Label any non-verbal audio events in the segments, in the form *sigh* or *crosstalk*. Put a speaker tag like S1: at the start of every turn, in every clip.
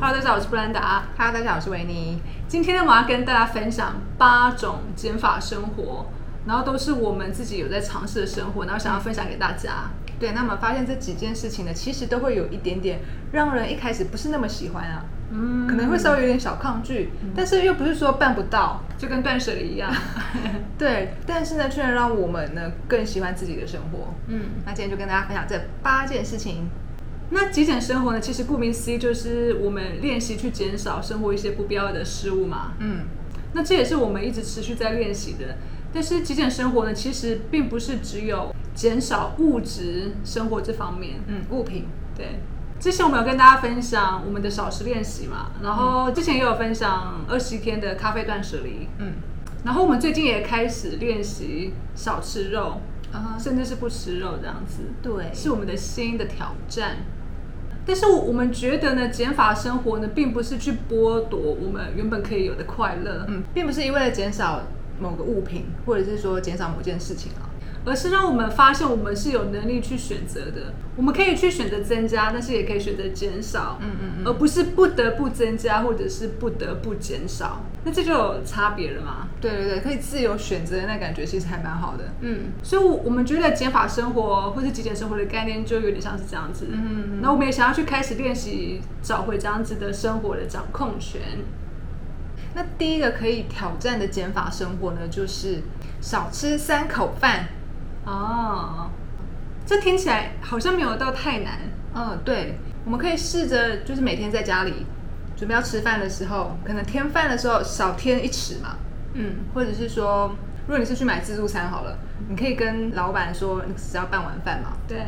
S1: Hello，大家好，我是布兰达。
S2: Hello，大家好，我是维尼。
S1: 今天呢，我要跟大家分享八种减法生活，然后都是我们自己有在尝试的生活，然后想要分享给大家。
S2: 对，那我们发现这几件事情呢，其实都会有一点点让人一开始不是那么喜欢啊，
S1: 嗯
S2: 可能会稍微有点小抗拒，但是又不是说办不到。
S1: 就跟断舍离一样。 *laughs*
S2: 对，但是呢，却能让我们呢更喜欢自己的生活。
S1: 嗯，
S2: 那今天就跟大家分享这八件事情。
S1: 那极简生活呢，其实顾名思义就是我们练习去减少生活一些不必要的事物嘛。
S2: 嗯，
S1: 那这也是我们一直持续在练习的。但是极简生活呢，其实并不是只有减少物质生活这方面，
S2: 嗯，物品，
S1: 对，之前我们有跟大家分享我们的少食练习嘛，然后之前也有分享二十一天的咖啡断舍离，
S2: 嗯，
S1: 然后我们最近也开始练习少吃肉，
S2: 啊
S1: 甚至是不吃肉这样子，
S2: 对，
S1: 是我们的新的挑战。但是我我们觉得呢，减法生活呢，并不是去剥夺我们原本可以有的快乐，
S2: 嗯，并不是一味的减少某个物品，或者是说减少某件事情啊。
S1: 而是让我们发现我们是有能力去选择的。我们可以去选择增加，但是也可以选择减少。
S2: 嗯嗯嗯
S1: 而不是不得不增加或者是不得不减少，那这就有差别了嘛。
S2: 对对对，可以自由选择的那感觉其实还蛮好的。
S1: 嗯，所以我，我们觉得减法生活或是极简生活的概念就有点像是这样子。
S2: 嗯
S1: 那我们也想要去开始练习找回这样子的生活的掌控权。
S2: 那第一个可以挑战的减法生活呢，就是少吃三口饭。
S1: 哦，这听起来好像没有到太难。
S2: 嗯，对，我们可以试着就是每天在家里准备要吃饭的时候，可能添饭的时候少添一匙嘛，
S1: 嗯
S2: 或者是说，如果你是去买自助餐好了，你可以跟老板说你只要半碗饭嘛，
S1: 对，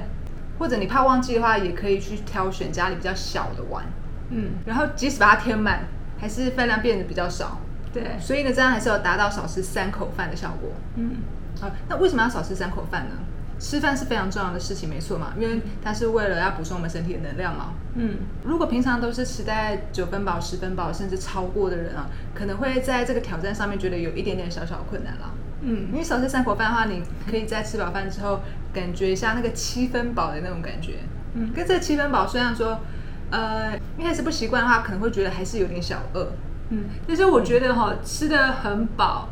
S2: 或者你怕忘记的话，也可以去挑选家里比较小的碗，
S1: 嗯，
S2: 然后即使把它填满，还是饭量变得比较少，
S1: 对，
S2: 所以呢，这样还是有达到少吃三口饭的效果。
S1: 嗯，
S2: 啊，那为什么要少吃三口饭呢？吃饭是非常重要的事情，没错嘛，因为它是为了要补充我们身体的能量嘛。
S1: 嗯，
S2: 如果平常都是吃大概九分饱、十分饱，甚至超过的人啊，可能会在这个挑战上面觉得有一点点小小困难啦。因
S1: 嗯，
S2: 为少吃三口饭的话，你可以在吃饱饭之后，感觉一下那个七分饱的那种感觉。
S1: 嗯，
S2: 跟这个七分饱虽然说，呃，一开始不习惯的话，可能会觉得还是有点小饿。
S1: 嗯，但是我觉得哈、吃的很饱，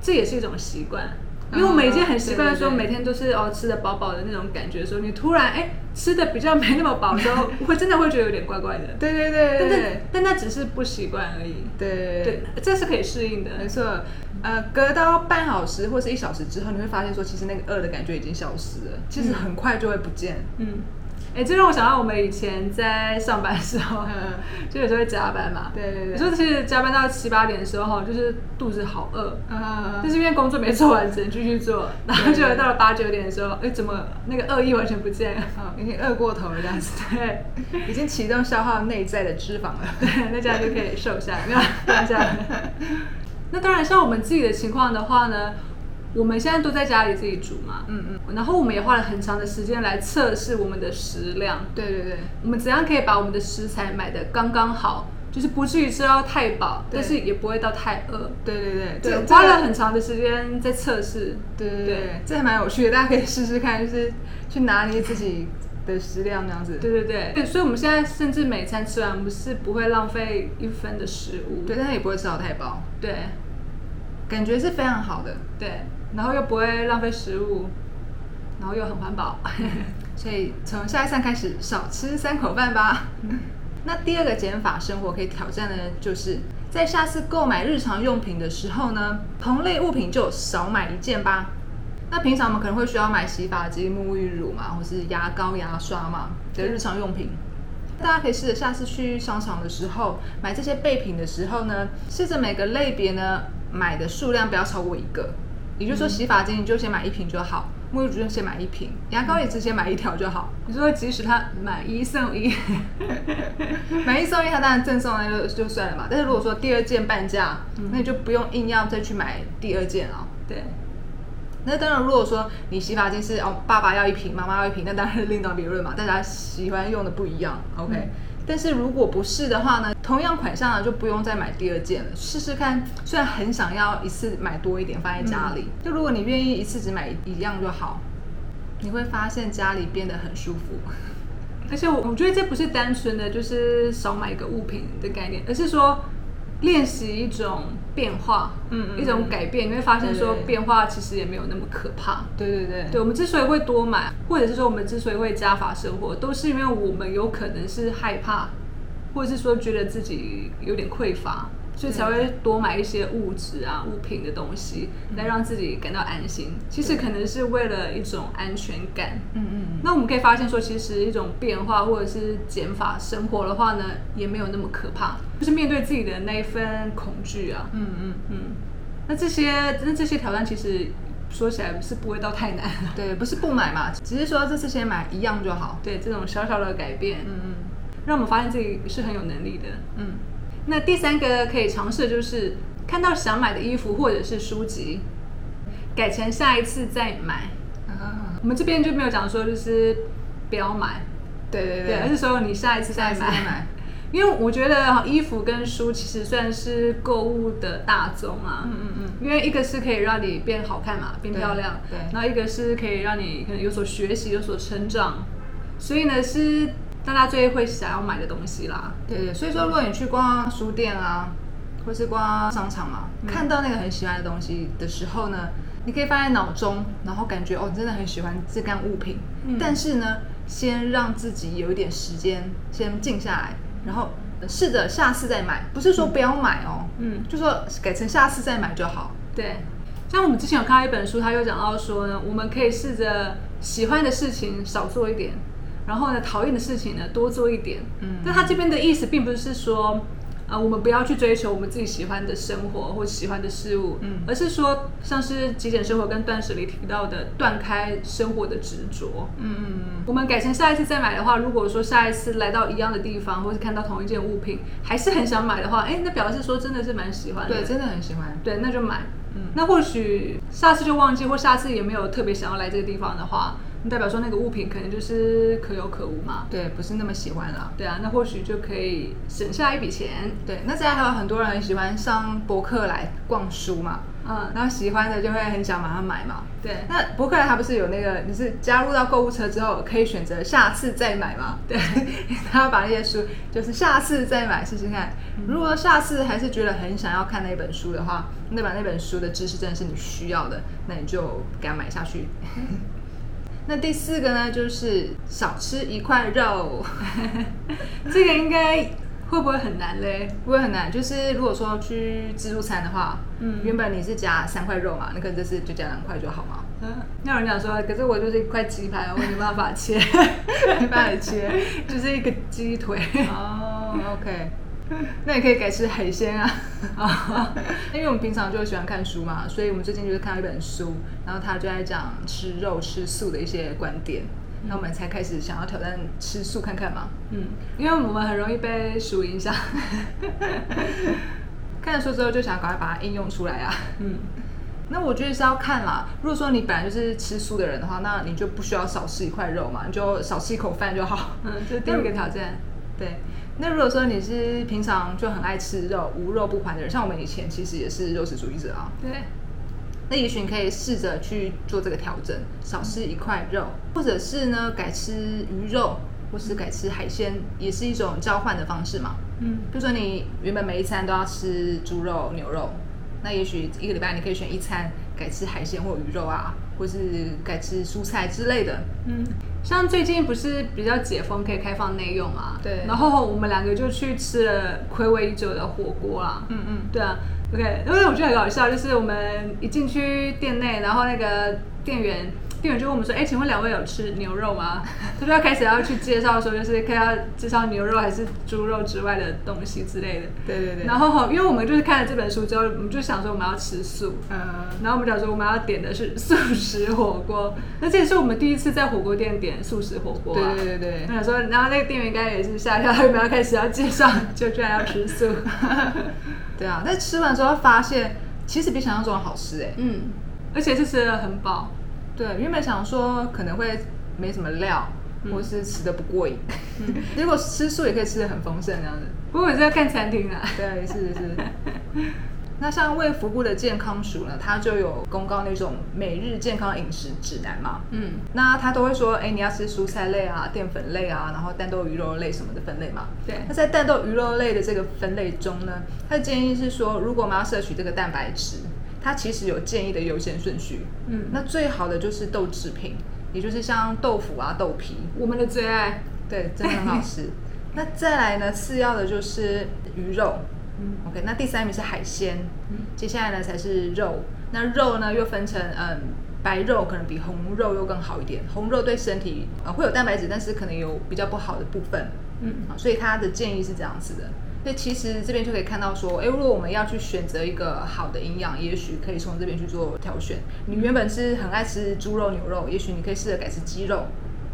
S1: 这也是一种习惯，因为我们已经很习惯说
S2: 嗯对对对
S1: 每天都是哦吃的饱饱的那种感觉的时候，你突然哎吃的比较没那么饱的时候，会真的会觉得有点怪怪
S2: *laughs*
S1: 的。
S2: 对对对
S1: 但
S2: 对
S1: 是但那只是不习惯而已。
S2: 对
S1: 对，这是可以适应的。
S2: 没错，呃，隔到半小时或是一小时之后，你会发现说，其实那个饿的感觉已经消失了，其实很快就会不见。
S1: 嗯，哎、这让我想到我们以前在上班的时候， *laughs* 就有时候会加班嘛。
S2: 对对
S1: 有
S2: 对，
S1: 时候其实加班到七八点的时候，就是肚子好饿，
S2: 啊
S1: 但是因为工作没做完，只能继续做，然后就到了八九点的时候，哎、怎么那个恶意完全不见了？
S2: 啊，已经饿过头了这样子，
S1: 对，
S2: 已经启动消耗内在的脂肪了。
S1: 对， *laughs* 那这样就可以瘦下来，没有大家。那当然，像我们自己的情况的话呢，我们现在都在家里自己煮嘛，
S2: 嗯嗯，
S1: 然后我们也花了很长的时间来测试我们的食量，
S2: 对对对，
S1: 我们怎样可以把我们的食材买的刚刚好，就是不至于吃到太饱，
S2: 对
S1: 但是也不会到太饿。
S2: 对对对，
S1: 对，
S2: 这
S1: 花
S2: 这
S1: 了
S2: 个
S1: 很长的时间在测试。
S2: 对对
S1: 对
S2: 对，这还蛮有趣的，大家可以试试看，就是去拿捏自己的食量这样子。
S1: 对对对，对，所以我们现在甚至每餐吃完，我们是不会浪费一分的食物。
S2: 对，但是也不会吃到太饱，
S1: 对
S2: 感觉是非常好的。
S1: 对，然后又不会浪费食物，然后又很环保。 *laughs*
S2: 所以从下一餐开始，少吃三口饭吧。 *laughs* 那第二个减法生活可以挑战的，就是在下次购买日常用品的时候呢，同类物品就少买一件吧。那平常我们可能会需要买洗发精、沐浴乳嘛，或是牙膏、牙刷嘛的日常用品。大家可以试着下次去商场的时候买这些备品的时候呢，试着每个类别呢买的数量不要超过一个。也就是说，洗发精你就先买一瓶就好，沐浴乳就先买一瓶，牙膏也直接买一条就好。
S1: 你说即使他买一送一， *laughs*
S2: 买一送一，它当然赠送那就就算了嘛。但是如果说第二件半价，那你就不用硬要再去买第二件了。
S1: 对，
S2: 那当然，如果说你洗发精是哦，爸爸要一瓶，妈妈要一瓶，那当然另当别论嘛，大家喜欢用的不一样，OK、
S1: 嗯
S2: 但是如果不是的话呢，同样款项啊呢就不用再买第二件了，试试看。虽然很想要一次买多一点放在家里，就如果你愿意一次只买一样就好，你会发现家里变得很舒服。
S1: 而且我我觉得这不是单纯的就是少买一个物品的概念，而是说练习一种变化，
S2: 嗯嗯
S1: 一种改变，你会发现说
S2: 对对
S1: 变化其实也没有那么可怕。
S2: 对对对
S1: 对，我们之所以会多买，或者是说我们之所以会加法生活，都是因为我们有可能是害怕，或者是说觉得自己有点匮乏，所以才会多买一些物质啊、物品的东西，来让自己感到安心。其实可能是为了一种安全感。
S2: 嗯嗯嗯，
S1: 那我们可以发现说，其实一种变化或者是减法生活的话呢，也没有那么可怕，就是面对自己的那一份恐惧啊。
S2: 嗯嗯，
S1: 嗯，那这些那这些挑战其实说起来是不会到太难的。
S2: 对，不是不买嘛，只是说这次先买一样就好。
S1: 对这种小小的改变，
S2: 嗯嗯
S1: 让我们发现自己是很有能力的。
S2: 嗯，
S1: 那第三个可以尝试的就是看到想买的衣服或者是书籍，改成下一次再买。
S2: 啊，
S1: 我们这边就没有讲说就是不要买，
S2: 对对
S1: 对，而是说你下一次
S2: 下
S1: 再
S2: 一次
S1: 买。
S2: 再买。
S1: 因为我觉得衣服跟书其实算是购物的大宗啊。
S2: 嗯嗯
S1: 因为一个是可以让你变好看嘛，变
S2: 对
S1: 漂亮，
S2: 对
S1: 然后一个是可以让你可能有所学习、有所成长，所以呢是大家最会想要买的东西啦。
S2: 嗯，对对，所以说如果你去逛书店啊，或是逛商场嘛，看到那个很喜欢的东西的时候呢，你可以放在脑中，然后感觉哦，真的很喜欢这样物品，
S1: 嗯
S2: 但是呢，先让自己有一点时间，先静下来，然后呃试着下次再买，不是说不要买哦，
S1: 嗯，
S2: 就说改成下次再买就好。
S1: 对。像我们之前有看到一本书，它有讲到说呢，我们可以试着喜欢的事情少做一点，然后呢讨厌的事情呢多做一点。
S2: 嗯
S1: 但他这边的意思并不是说，啊，我们不要去追求我们自己喜欢的生活或喜欢的事物，
S2: 嗯
S1: 而是说像是极简生活跟断舍离提到的断开生活的执着。
S2: 嗯嗯嗯，
S1: 我们改成下一次再买的话，如果说下一次来到一样的地方，或是看到同一件物品，还是很想买的话，哎，那表示说真的是蛮喜欢的，
S2: 对，真的很喜欢。
S1: 对，那就买。
S2: 嗯
S1: 那或许下次就忘记，或下次也没有特别想要来这个地方的话，那代表说那个物品可能就是可有可无嘛。
S2: 对，不是那么喜欢啦。
S1: 对啊，那或许就可以省下一笔钱。
S2: 对，那现在还有很多人很喜欢上博客来逛书嘛，
S1: 嗯，
S2: 然后喜欢的就会很想马上买嘛。
S1: 对
S2: 那博客来它不是有那个，你是加入到购物车之后可以选择下次再买吗？ *laughs* 对，他把那些书就是下次再买试试看。如果下次还是觉得很想要看那本书的话，那把那本书的知识真的是你需要的，那你就给它买下去。 *laughs* 那第四个呢，就是少吃一块肉。 *laughs*
S1: 这个应该会不会很难嘞？
S2: 不会很难，就是如果说去自助餐的话，
S1: 嗯
S2: 原本你是加三块肉嘛，那可能这次就加两块就好嘛，
S1: 嗯，那有人讲说，可是我就是一块鸡排，我没办法切，
S2: 没办法切。
S1: 就是一个鸡腿。
S2: 哦，OK，那也可以改吃海鲜啊，因为我们平常就喜欢看书嘛，所以我们最近就是看到一本书，然后他就在讲吃肉吃素的一些观点，那我们才开始想要挑战吃素看看嘛。
S1: 嗯，因为我们很容易被鼠影响。
S2: 看了书之后就想赶快把它应用出来啊。
S1: 嗯，
S2: 那我觉得是要看啦。如果说你本来就是吃素的人的话，那你就不需要少吃一块肉嘛，你就少吃一口饭就好。
S1: 嗯，
S2: *laughs*
S1: 这是第一个挑战。
S2: 对。那如果说你是平常就很爱吃肉，无肉不欢的人，像我们以前其实也是肉食主义者啊，
S1: 对。
S2: 那也许你可以试着去做这个调整，少吃一块肉，或者是呢改吃鱼肉，或是改吃海鲜，也是一种交换的方式嘛。
S1: 嗯
S2: 比如说你原本每一餐都要吃猪肉、牛肉，那也许一个礼拜你可以选一餐改吃海鲜或鱼肉啊，或是改吃蔬菜之类的。
S1: 嗯，像最近不是比较解封，可以开放内用嘛？
S2: 对
S1: 然后我们两个就去吃了暌违已久的火锅啦。
S2: 嗯嗯，
S1: 对啊，OK，因为我觉得很搞笑，就是我们一进去店内，然后那个店员。店员就问我们说：“哎、请问两位有吃牛肉吗？”他就要开始要去介绍说，就是看要介绍牛肉还是猪肉之外的东西之类的。
S2: 对对对。
S1: 然后，因为我们就是看了这本书之后，我们就想说我们要吃素，
S2: 呃，
S1: 然后我们讲说我们要点的是素食火锅，那这也是我们第一次在火锅店点素食火锅啊
S2: 对。对对对
S1: 我，想说，然后那个店员应该也是吓一跳，他有没有开始要介绍，就居然要吃素。
S2: 对啊。那吃完之后发现，其实比想象中的好吃哎、
S1: 嗯，而且是吃的很饱。
S2: 对，原本想说可能会没什么料，
S1: 嗯
S2: 或是吃的不过瘾， *laughs* 结果吃素也可以吃的很丰盛这样子。
S1: 不过我是要看餐厅啊。
S2: 对，是是是。那像卫福部的健康署呢，它就有公告那种每日健康饮食指南嘛，
S1: 嗯，
S2: 那它都会说，哎，你要吃蔬菜类啊、淀粉类啊，然后蛋豆鱼肉类什么的分类嘛。
S1: 对，
S2: 那在蛋豆鱼肉类的这个分类中呢，它的建议是说，如果我们要摄取这个蛋白质，它其实有建议的优先顺序。
S1: 嗯，那
S2: 那最好的就是豆制品，也就是像豆腐啊、豆皮，
S1: 我们的最爱，
S2: 对，真的很好吃。那再来呢，次要的就是鱼肉
S1: 嗯
S2: ，OK。那第三名是海鲜，
S1: 嗯
S2: 接下来呢才是肉。那肉呢又分成嗯。白肉可能比红肉又更好一点，红肉对身体呃会有蛋白质，但是可能有比较不好的部分
S1: 嗯
S2: 啊，所以他的建议是这样子的。所以其实这边就可以看到说，诶，如果我们要去选择一个好的营养，也许可以从这边去做挑选。你原本是很爱吃猪肉、牛肉，也许你可以试着改吃鸡肉，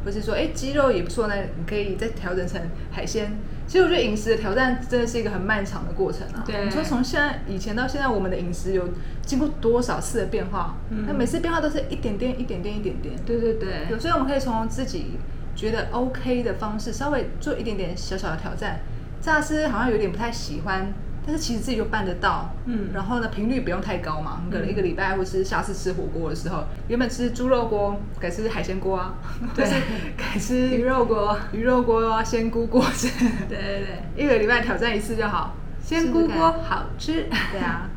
S2: 或是说，诶，鸡肉也不错，那你可以再调整成海鲜。其实我觉得饮食的挑战真的是一个很漫长的过程啊。
S1: 对
S2: 你说从现在以前到现在，我们的饮食有经过多少次的变化？
S1: 嗯
S2: 那每次变化都是一点点、一点点、一点点。
S1: 对对对，
S2: 有，所以我们可以从自己觉得 OK 的方式，稍微做一点点小小的挑战。乍是好像有点不太喜欢，但是其实自己就办得到。
S1: 嗯
S2: 然后呢，频率不用太高嘛，你可能一个
S1: 嗯
S2: 礼拜或是下次吃火锅的时候，原本吃猪肉锅，改吃海鲜锅啊， *laughs* 或
S1: 对
S2: 是改吃
S1: 鱼肉锅，
S2: 鱼肉锅啊、鲜菇锅之类
S1: *laughs*
S2: 的
S1: 对对对。
S2: 一个礼拜挑战一次就好。鲜菇
S1: 试试
S2: 锅
S1: 看
S2: 好吃，对啊，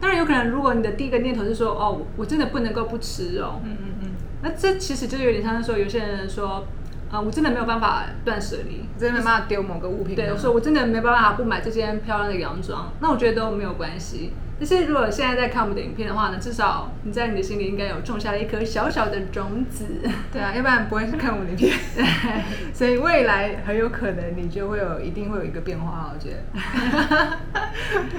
S1: 当然有可能，如果你的第一个念头是说，哦，我我真的不能够不吃肉，
S2: 嗯嗯嗯，
S1: 那这其实就有点像是说，有些人说，啊、我真的没有办法断舍离，
S2: 真的没办法丢某个物品啊。
S1: 对，我说我真的没办法不买这件漂亮的洋装，那我觉得都没有关系。但是如果现在在看我们的影片的话呢，至少你在你的心里应该有种下了一颗小小的种子。
S2: 对啊，要不然不会看我的影 *laughs* 片，所以未来很有可能你就会有一定会有一个变化，我觉得。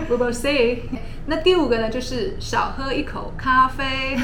S1: We will see。那 *laughs* 第五个呢，就是少喝一口咖啡。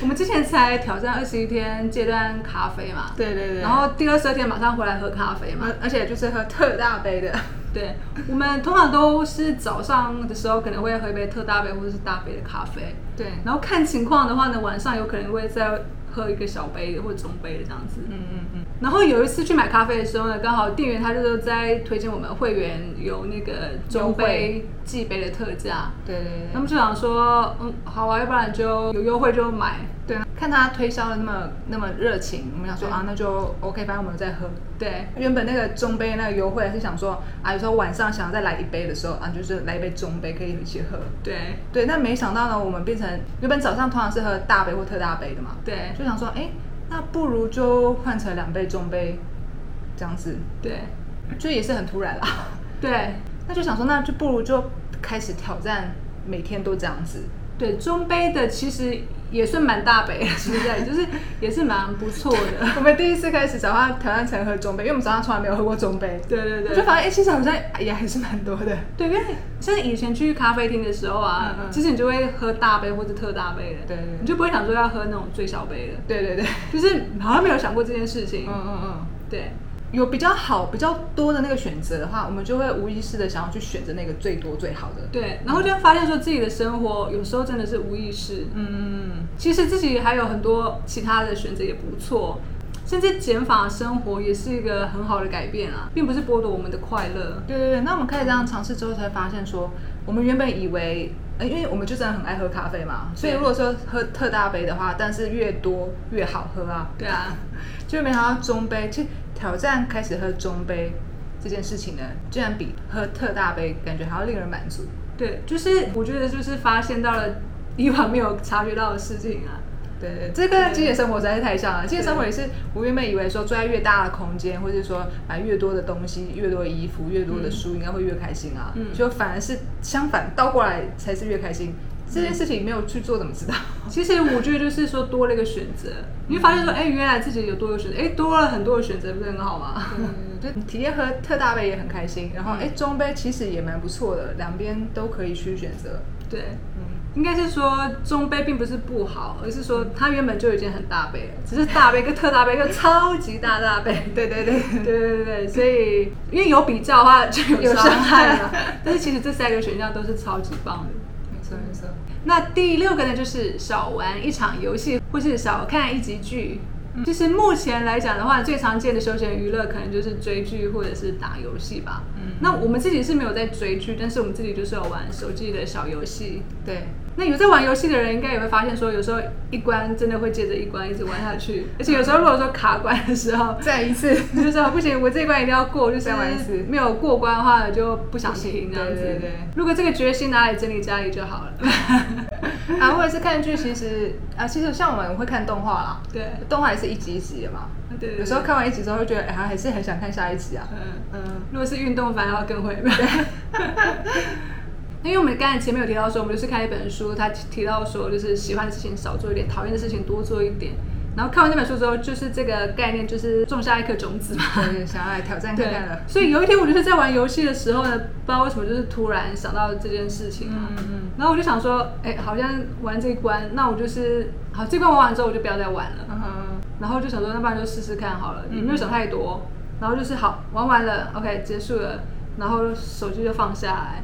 S1: 我们之前才挑战二十一天戒断咖啡嘛，
S2: 对对嗯对，
S1: 然后第二十二天马上回来喝咖啡嘛。
S2: 而而且就是喝特大杯的，
S1: 对，我们通常都是早上的时候可能会喝一杯特大杯或者是大杯的咖啡，
S2: 对，
S1: 然后看情况的话呢，晚上有可能会再喝一个小杯的或中杯的这样子。
S2: 嗯嗯嗯，
S1: 然后有一次去买咖啡的时候呢，刚好店员他就是在推荐我们会员有那个中杯、季杯的特价，
S2: 对对
S1: 那
S2: 对
S1: 么就想说，嗯，好啊，要不然就有优惠就买。
S2: 对，看他推销的那么那么热情，我们想说
S1: 对
S2: 啊，那就 OK，反正我们有在喝。
S1: 对，
S2: 原本那个中杯那个优惠是想说啊，有时候晚上想要再来一杯的时候啊，就是来一杯中杯可以一起喝。
S1: 对，
S2: 对，但没想到呢，我们变成原本早上通常是喝大杯或特大杯的嘛，
S1: 对，
S2: 就想说，哎、那不如就换成两倍中杯这样子，
S1: 对，
S2: 就也是很突然啦。 *laughs*
S1: 对，
S2: 那就想说，那就不如就开始挑战每天都这样子。
S1: 对，中杯的其实也算蛮大杯的，现在就是也是蛮不错的。
S2: *laughs* 我们第一次开始早上挑战成喝中杯，因为我们早上从来没有喝过中杯，
S1: 对对
S2: 我
S1: 对，
S2: 就发现哎、其实好像也还是蛮多的。
S1: 对，因为像以前去咖啡厅的时候啊，
S2: 嗯嗯
S1: 其实你就会喝大杯或者特大杯的，
S2: 对对对
S1: 你就不会想说要喝那种最小杯的，
S2: 对对对，
S1: 就是好像没有想过这件事情。
S2: 嗯嗯嗯。
S1: 对，
S2: 有比较好、比较多的那个选择的话，我们就会无意识的想要去选择那个最多、最好的。
S1: 对，然后就发现说自己的生活有时候真的是无意识，
S2: 嗯，
S1: 其实自己还有很多其他的选择也不错，甚至减法生活也是一个很好的改变啊，并不是剥夺我们的快乐。
S2: 对对对，那我们开始这样尝试之后，才发现说，我们原本以为，呃，因为我们就真的很爱喝咖啡嘛，所以
S1: 对
S2: 如果说喝特大杯的话，但是越多越好喝啊，
S1: 对啊，
S2: 就没想到中杯，其实挑战开始喝中杯这件事情呢，居然比喝特大杯感觉还要令人满足。
S1: 对，就是我觉得就是发现到了以往没有察觉到的事情啊。
S2: 对对，这跟极简生活实在是太像了。极简生活也是，我原本以为说住在越大的空间，或者说买越多的东西、越多的衣服、越多的书，应该会越开心啊。
S1: 嗯
S2: 就反而是相反，倒过来才是越开心。这件事情没有去做，怎么知道？
S1: 其实我觉得就是说多了一个选择，你会发现说，哎、原来自己有多个选择，哎、多了很多的选择，不是很好吗？
S2: *laughs* 对，体验喝特大杯也很开心，然后
S1: 嗯
S2: 哎、中杯其实也蛮不错的，两边都可以去选择。
S1: *laughs* 对，
S2: 嗯，
S1: 应该是说中杯并不是不好，而是说它原本就已经很大杯了，只是大杯跟特大杯跟超级大大杯。
S2: 对对对
S1: 对对对对，所以因为有比较的话就有
S2: 有
S1: 伤害
S2: 伤
S1: 嘛。但是其实这三个选项都是超级棒的。
S2: 没错没错。
S1: 那第六个呢，就是少玩一场游戏或是少看一集剧。就是目前来讲的话，最常见的休闲娱乐可能就是追剧或者是打游戏吧。
S2: 嗯
S1: 那我们自己是没有在追剧，但是我们自己就是有玩手机的小游戏。
S2: 对，
S1: 那有在玩游戏的人，应该也会发现说，有时候一关真的会接着一关一直玩下去，而且有时候如果说卡关的时候， *laughs*
S2: 再一次。
S1: 你就说不行，我这一关一定要过，就是
S2: 再玩一次
S1: 没有过关的话就不想停
S2: 不行
S1: 这样子。
S2: 对对对
S1: 如果这个决心拿来整理家里就好了。 *laughs*
S2: 啊，或者是看剧，其实啊，其实像我们会看动画啦，
S1: 对
S2: 动画也是一集一集的嘛。
S1: 对对，对
S2: 有时候看完一集之后，会觉得哎，还是很想看下一集啊。
S1: 嗯，
S2: 嗯，
S1: 如果是运动反而要更会。
S2: *laughs*
S1: 因为我们刚才前面有提到说，我们就是看一本书，他提到说就是喜欢的事情少做一点，讨厌的事情多做一点。然后看完那本书之后，就是这个概念，就是种下一颗种子嘛。
S2: 对，想要来挑战看看啊了。
S1: *laughs* 所以有一天我就是在玩游戏的时候呢，不知道为什么就是突然想到这件事情啊，
S2: 嗯嗯
S1: 然后我就想说，哎、好像玩这一关，那我就是好这关玩完之后我就不要再玩了，
S2: 嗯哼，
S1: 然后就想说那不然就试试看好了，
S2: 嗯
S1: 也没有想太多，然后就是好玩完了，OK 结束了，然后手机就放下来，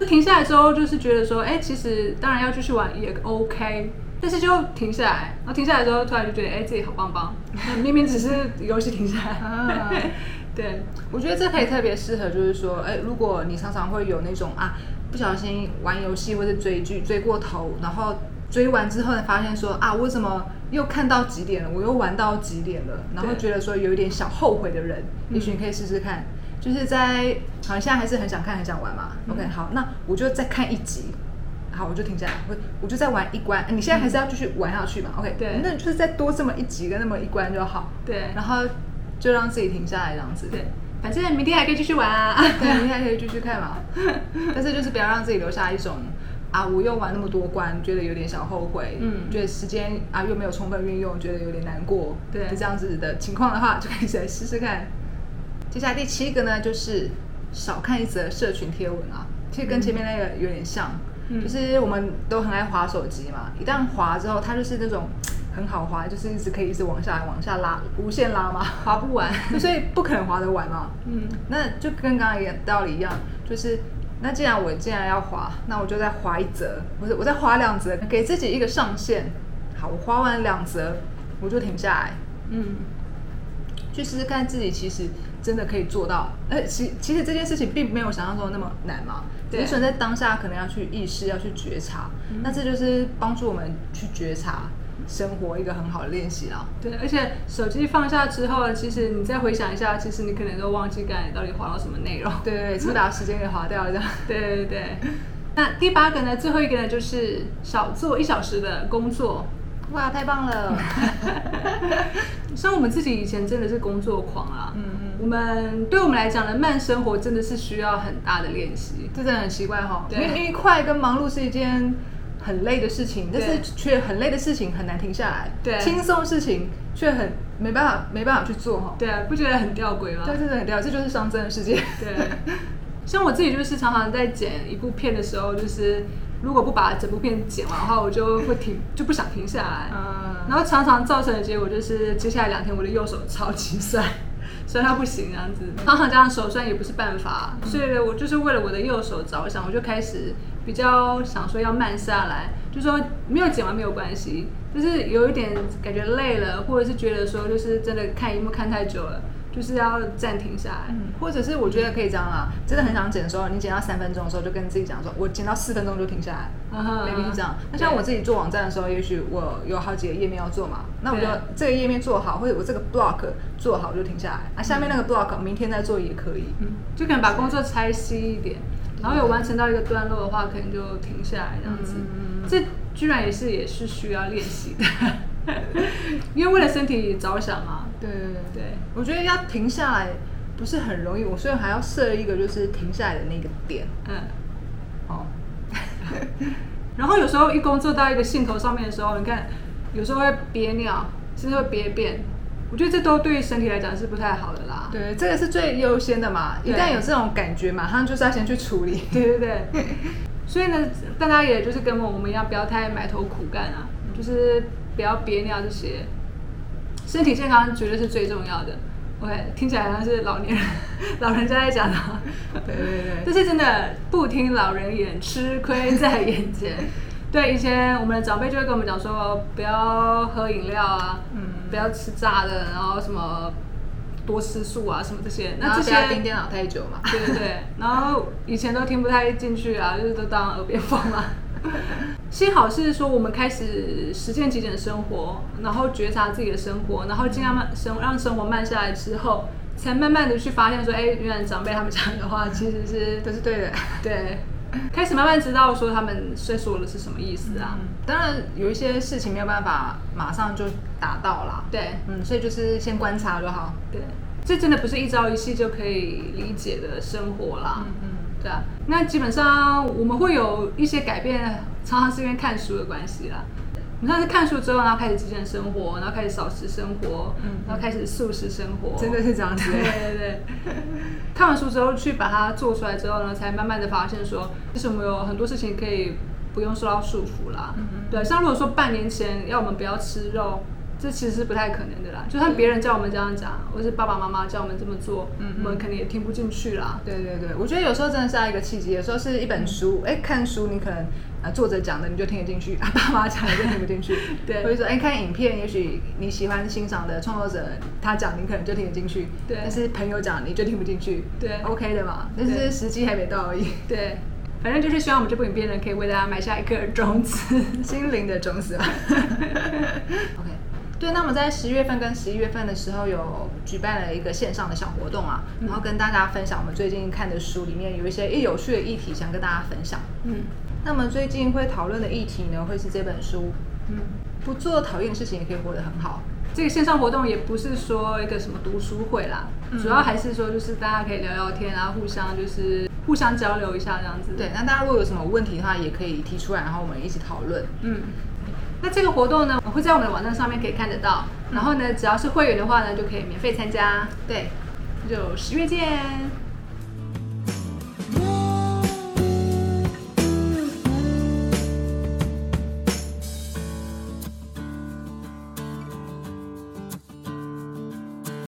S1: 就停下来之后就是觉得说，哎、其实当然要继续玩也 OK。但是就停下来，然后停下来之后，突然就觉得，哎、自己好棒棒。明明只是游戏停下来，
S2: 啊
S1: *laughs* 对，
S2: 我觉得这可以特别适合，就是说，哎，如果你常常会有那种啊，不小心玩游戏或者追剧追过头，然后追完之后呢，发现说啊，我怎么又看到几点了，我又玩到几点了，然后
S1: 对
S2: 觉得说有一点小后悔的人，
S1: 嗯
S2: 也许你可以试试看，就是在好像现在还是很想看很想玩嘛、
S1: 嗯
S2: o k 好，那我就再看一集。好，我就停下来，我我就再玩一关。你现在还是要继续玩下去嘛、o k
S1: 对
S2: 那就是再多这么一集跟那么一关就好，
S1: 对
S2: 然后就让自己停下来这样子。
S1: 对，反正明天还可以继续玩啊。
S2: *laughs* 对，你还可以继续看嘛。 *laughs* 但是就是不要让自己留下一种啊，我又玩那么多关，觉得有点小后悔，
S1: 嗯
S2: 觉得时间啊又没有充分运用，觉得有点难过。
S1: 对
S2: 这样子的情况的话，就可以来试试看。 *laughs* 接下来第七个呢，就是少看一则社群贴文啊，其实跟前面那个有点像，
S1: 嗯
S2: 就是我们都很爱滑手机嘛，一旦滑之后，它就是那种很好滑，就是一直可以一直往下往下拉，无限拉嘛，
S1: 划不 *laughs* 完。
S2: 所以不可能滑得完嘛。
S1: 嗯，
S2: 那就跟刚刚一个道理一样，就是那既然我既然要滑，那我就再滑一折，不是我再滑两折，给自己一个上限。好，我滑完两折，我就停下来，
S1: 嗯，
S2: 去试试看自己其实真的可以做到。呃，其其实这件事情并没有想象中的那么难嘛，
S1: 对
S2: 只是说在当下可能要去意识，要去觉察。
S1: 嗯
S2: 那这就是帮助我们去觉察生活一个很好的练习啦。
S1: 对，而且手机放下之后，其实你再回想一下，其实你可能都忘记刚才到底划到什么内容。
S2: 对对对，是不是把时间给划掉了这样？
S1: 对对对对。那第八个呢，最后一个呢，就是少做一小时的工作。
S2: 哇，太棒 *laughs* 了！
S1: 像我们自己以前真的是工作狂啦，
S2: 嗯嗯。
S1: 我们对我们来讲呢，慢生活真的是需要很大的练习。
S2: 这真的很奇怪哈、因
S1: 对
S2: 为因为快跟忙碌是一件很累的事情，但
S1: 对
S2: 是却很累的事情很难停下来，
S1: 对
S2: 轻松的事情却很没办法没办法去做哈、
S1: 对啊，不觉得很吊诡吗？
S2: 对，真的很掉，这就是熵增的世界。 *laughs*
S1: 对，像我自己就是常常在剪一部片的时候，就是如果不把整部片剪完的话，我就会停，就不想停下来。
S2: 嗯，
S1: 然后常常造成的结果就是，接下来两天我的右手超级酸， *laughs* 酸到不行这样子。常常加上手酸也不是办法，所以我就是为了我的右手着想，我就开始比较想说要慢下来，就说没有剪完没有关系，就是有一点感觉累了，或者是觉得说就是真的看一幕看太久了，就是要暂停下来。
S2: 嗯或者是我觉得可以这样啦，真的很想剪的时候，你剪到三分钟的时候，就跟自己讲说，我剪到四分钟就停下来。
S1: 啊
S2: maybe 是这样。那像我自己做网站的时候，也许我有好几个页面要做嘛，那我就
S1: 对
S2: 这个页面做好，或者我这个 block 做好就停下来，啊，下面那个 block 明天再做也可以。
S1: 嗯，就可能把工作拆细一点，然后有完成到一个段落的话，可能就停下来这样子。
S2: 嗯
S1: 这居然也是也是需要练习的， *laughs* 因为为了身体着想嘛。
S2: 对对对。
S1: 对，
S2: 我觉得要停下来不是很容易，我所以还要设一个就是停下来的那个点。
S1: 嗯。
S2: 哦，
S1: 然后有时候一工作到一个兴头上面的时候，你看有时候会憋尿，甚至会憋便，我觉得这都对身体来讲是不太好的啦。
S2: 对，这个是最优先的嘛。一
S1: 对
S2: 旦有这种感觉，马上就是要先去处理。
S1: 对对对， *laughs* 所以呢，大家也就是跟我们一样，不要太埋头苦干啊，就是不要憋尿这些，身体健康绝对是最重要的。OK，听起来好像是老年人 *laughs* 老人家在讲的，
S2: 对对对
S1: 但是真的不听老人言，吃亏在眼前。 *laughs* 对以前我们的长辈就会跟我们讲说，不要喝饮料啊，
S2: 嗯，
S1: 不要吃炸的，然后什么多吃素啊，什么这些。
S2: 然
S1: 那
S2: 后
S1: 这
S2: 不
S1: 些
S2: 要盯电脑太久嘛。
S1: *laughs* 对对对，然后以前都听不太进去啊，就是都当耳边风
S2: *laughs*
S1: 啊。幸好是说我们开始实践极简生活，然后觉察自己的生活，然后尽量慢生让生活慢下来之后，才慢慢的去发现说，哎，原来长辈他们讲的话其实是
S2: 都是对的。
S1: 对，开始慢慢知道说他们在说的是什么意思啊。
S2: 嗯，当然有一些事情没有办法马上就达到啦。
S1: 对
S2: 嗯，所以就是先观察就好。
S1: 对，这真的不是一朝一夕就可以理解的生活啦。
S2: 嗯，
S1: 对啊，那基本上我们会有一些改变，常常是因为看书的关系啦。你像是看书之后，然后开始极简生活，然后开始少食生活，
S2: 嗯
S1: 然后开始素食生活，
S2: 真的是这样子
S1: 对。对
S2: *laughs*
S1: 对。看完书之后去把它做出来之后呢，才慢慢的发现说，其实我们有很多事情可以不用受到束缚啦。
S2: 嗯嗯
S1: 对，啊像如果说半年前要我们不要吃肉，这其实是不太可能的啦。就算别人叫我们这样讲，或是爸爸妈妈叫我们这么做，
S2: 嗯嗯
S1: 我们肯定也听不进去啦。
S2: 对对对，我觉得有时候真的是要一个契机，有时候是一本书，
S1: 嗯
S2: 哎、看书你可能呃作者讲的你就听得进去，啊 *laughs* 爸妈讲的就听不进去，
S1: 对
S2: 或者说哎、看影片，也许你喜欢欣赏的创作者他讲你可能就听得进去，
S1: 对
S2: 但是朋友讲你就听不进去，
S1: 对
S2: ，OK 的嘛，但
S1: 对
S2: 是时机还没到
S1: *laughs*
S2: 而已，
S1: 对，反正就是希望我们这部影片呢，可以为大家埋下一颗种子。
S2: 心灵的
S1: *laughs*
S2: 种子嘛。OK，对，那我们在十月份跟十一月份的时候有举办了一个线上的小活动啊，
S1: 嗯
S2: 然后跟大家分享我们最近看的书里面有一些一有趣的议题想跟大家分享。
S1: 嗯
S2: 那么最近会讨论的议题呢，会是这本书
S1: 嗯，
S2: 《不做讨厌的事情也可以活得很好
S1: 这个线上活动也不是说一个什么读书会啦，
S2: 嗯
S1: 主要还是说就是大家可以聊聊天啊，互相就是互相交流一下这样子》。。，
S2: 对，那大家如果有什么问题的话，也可以提出来，然后我们一起讨论。
S1: 嗯。那这个活动呢，我会在我们的网站上面可以看得到。然后呢，只要是会员的话呢，就可以免费参加。
S2: 对，
S1: 就十月见。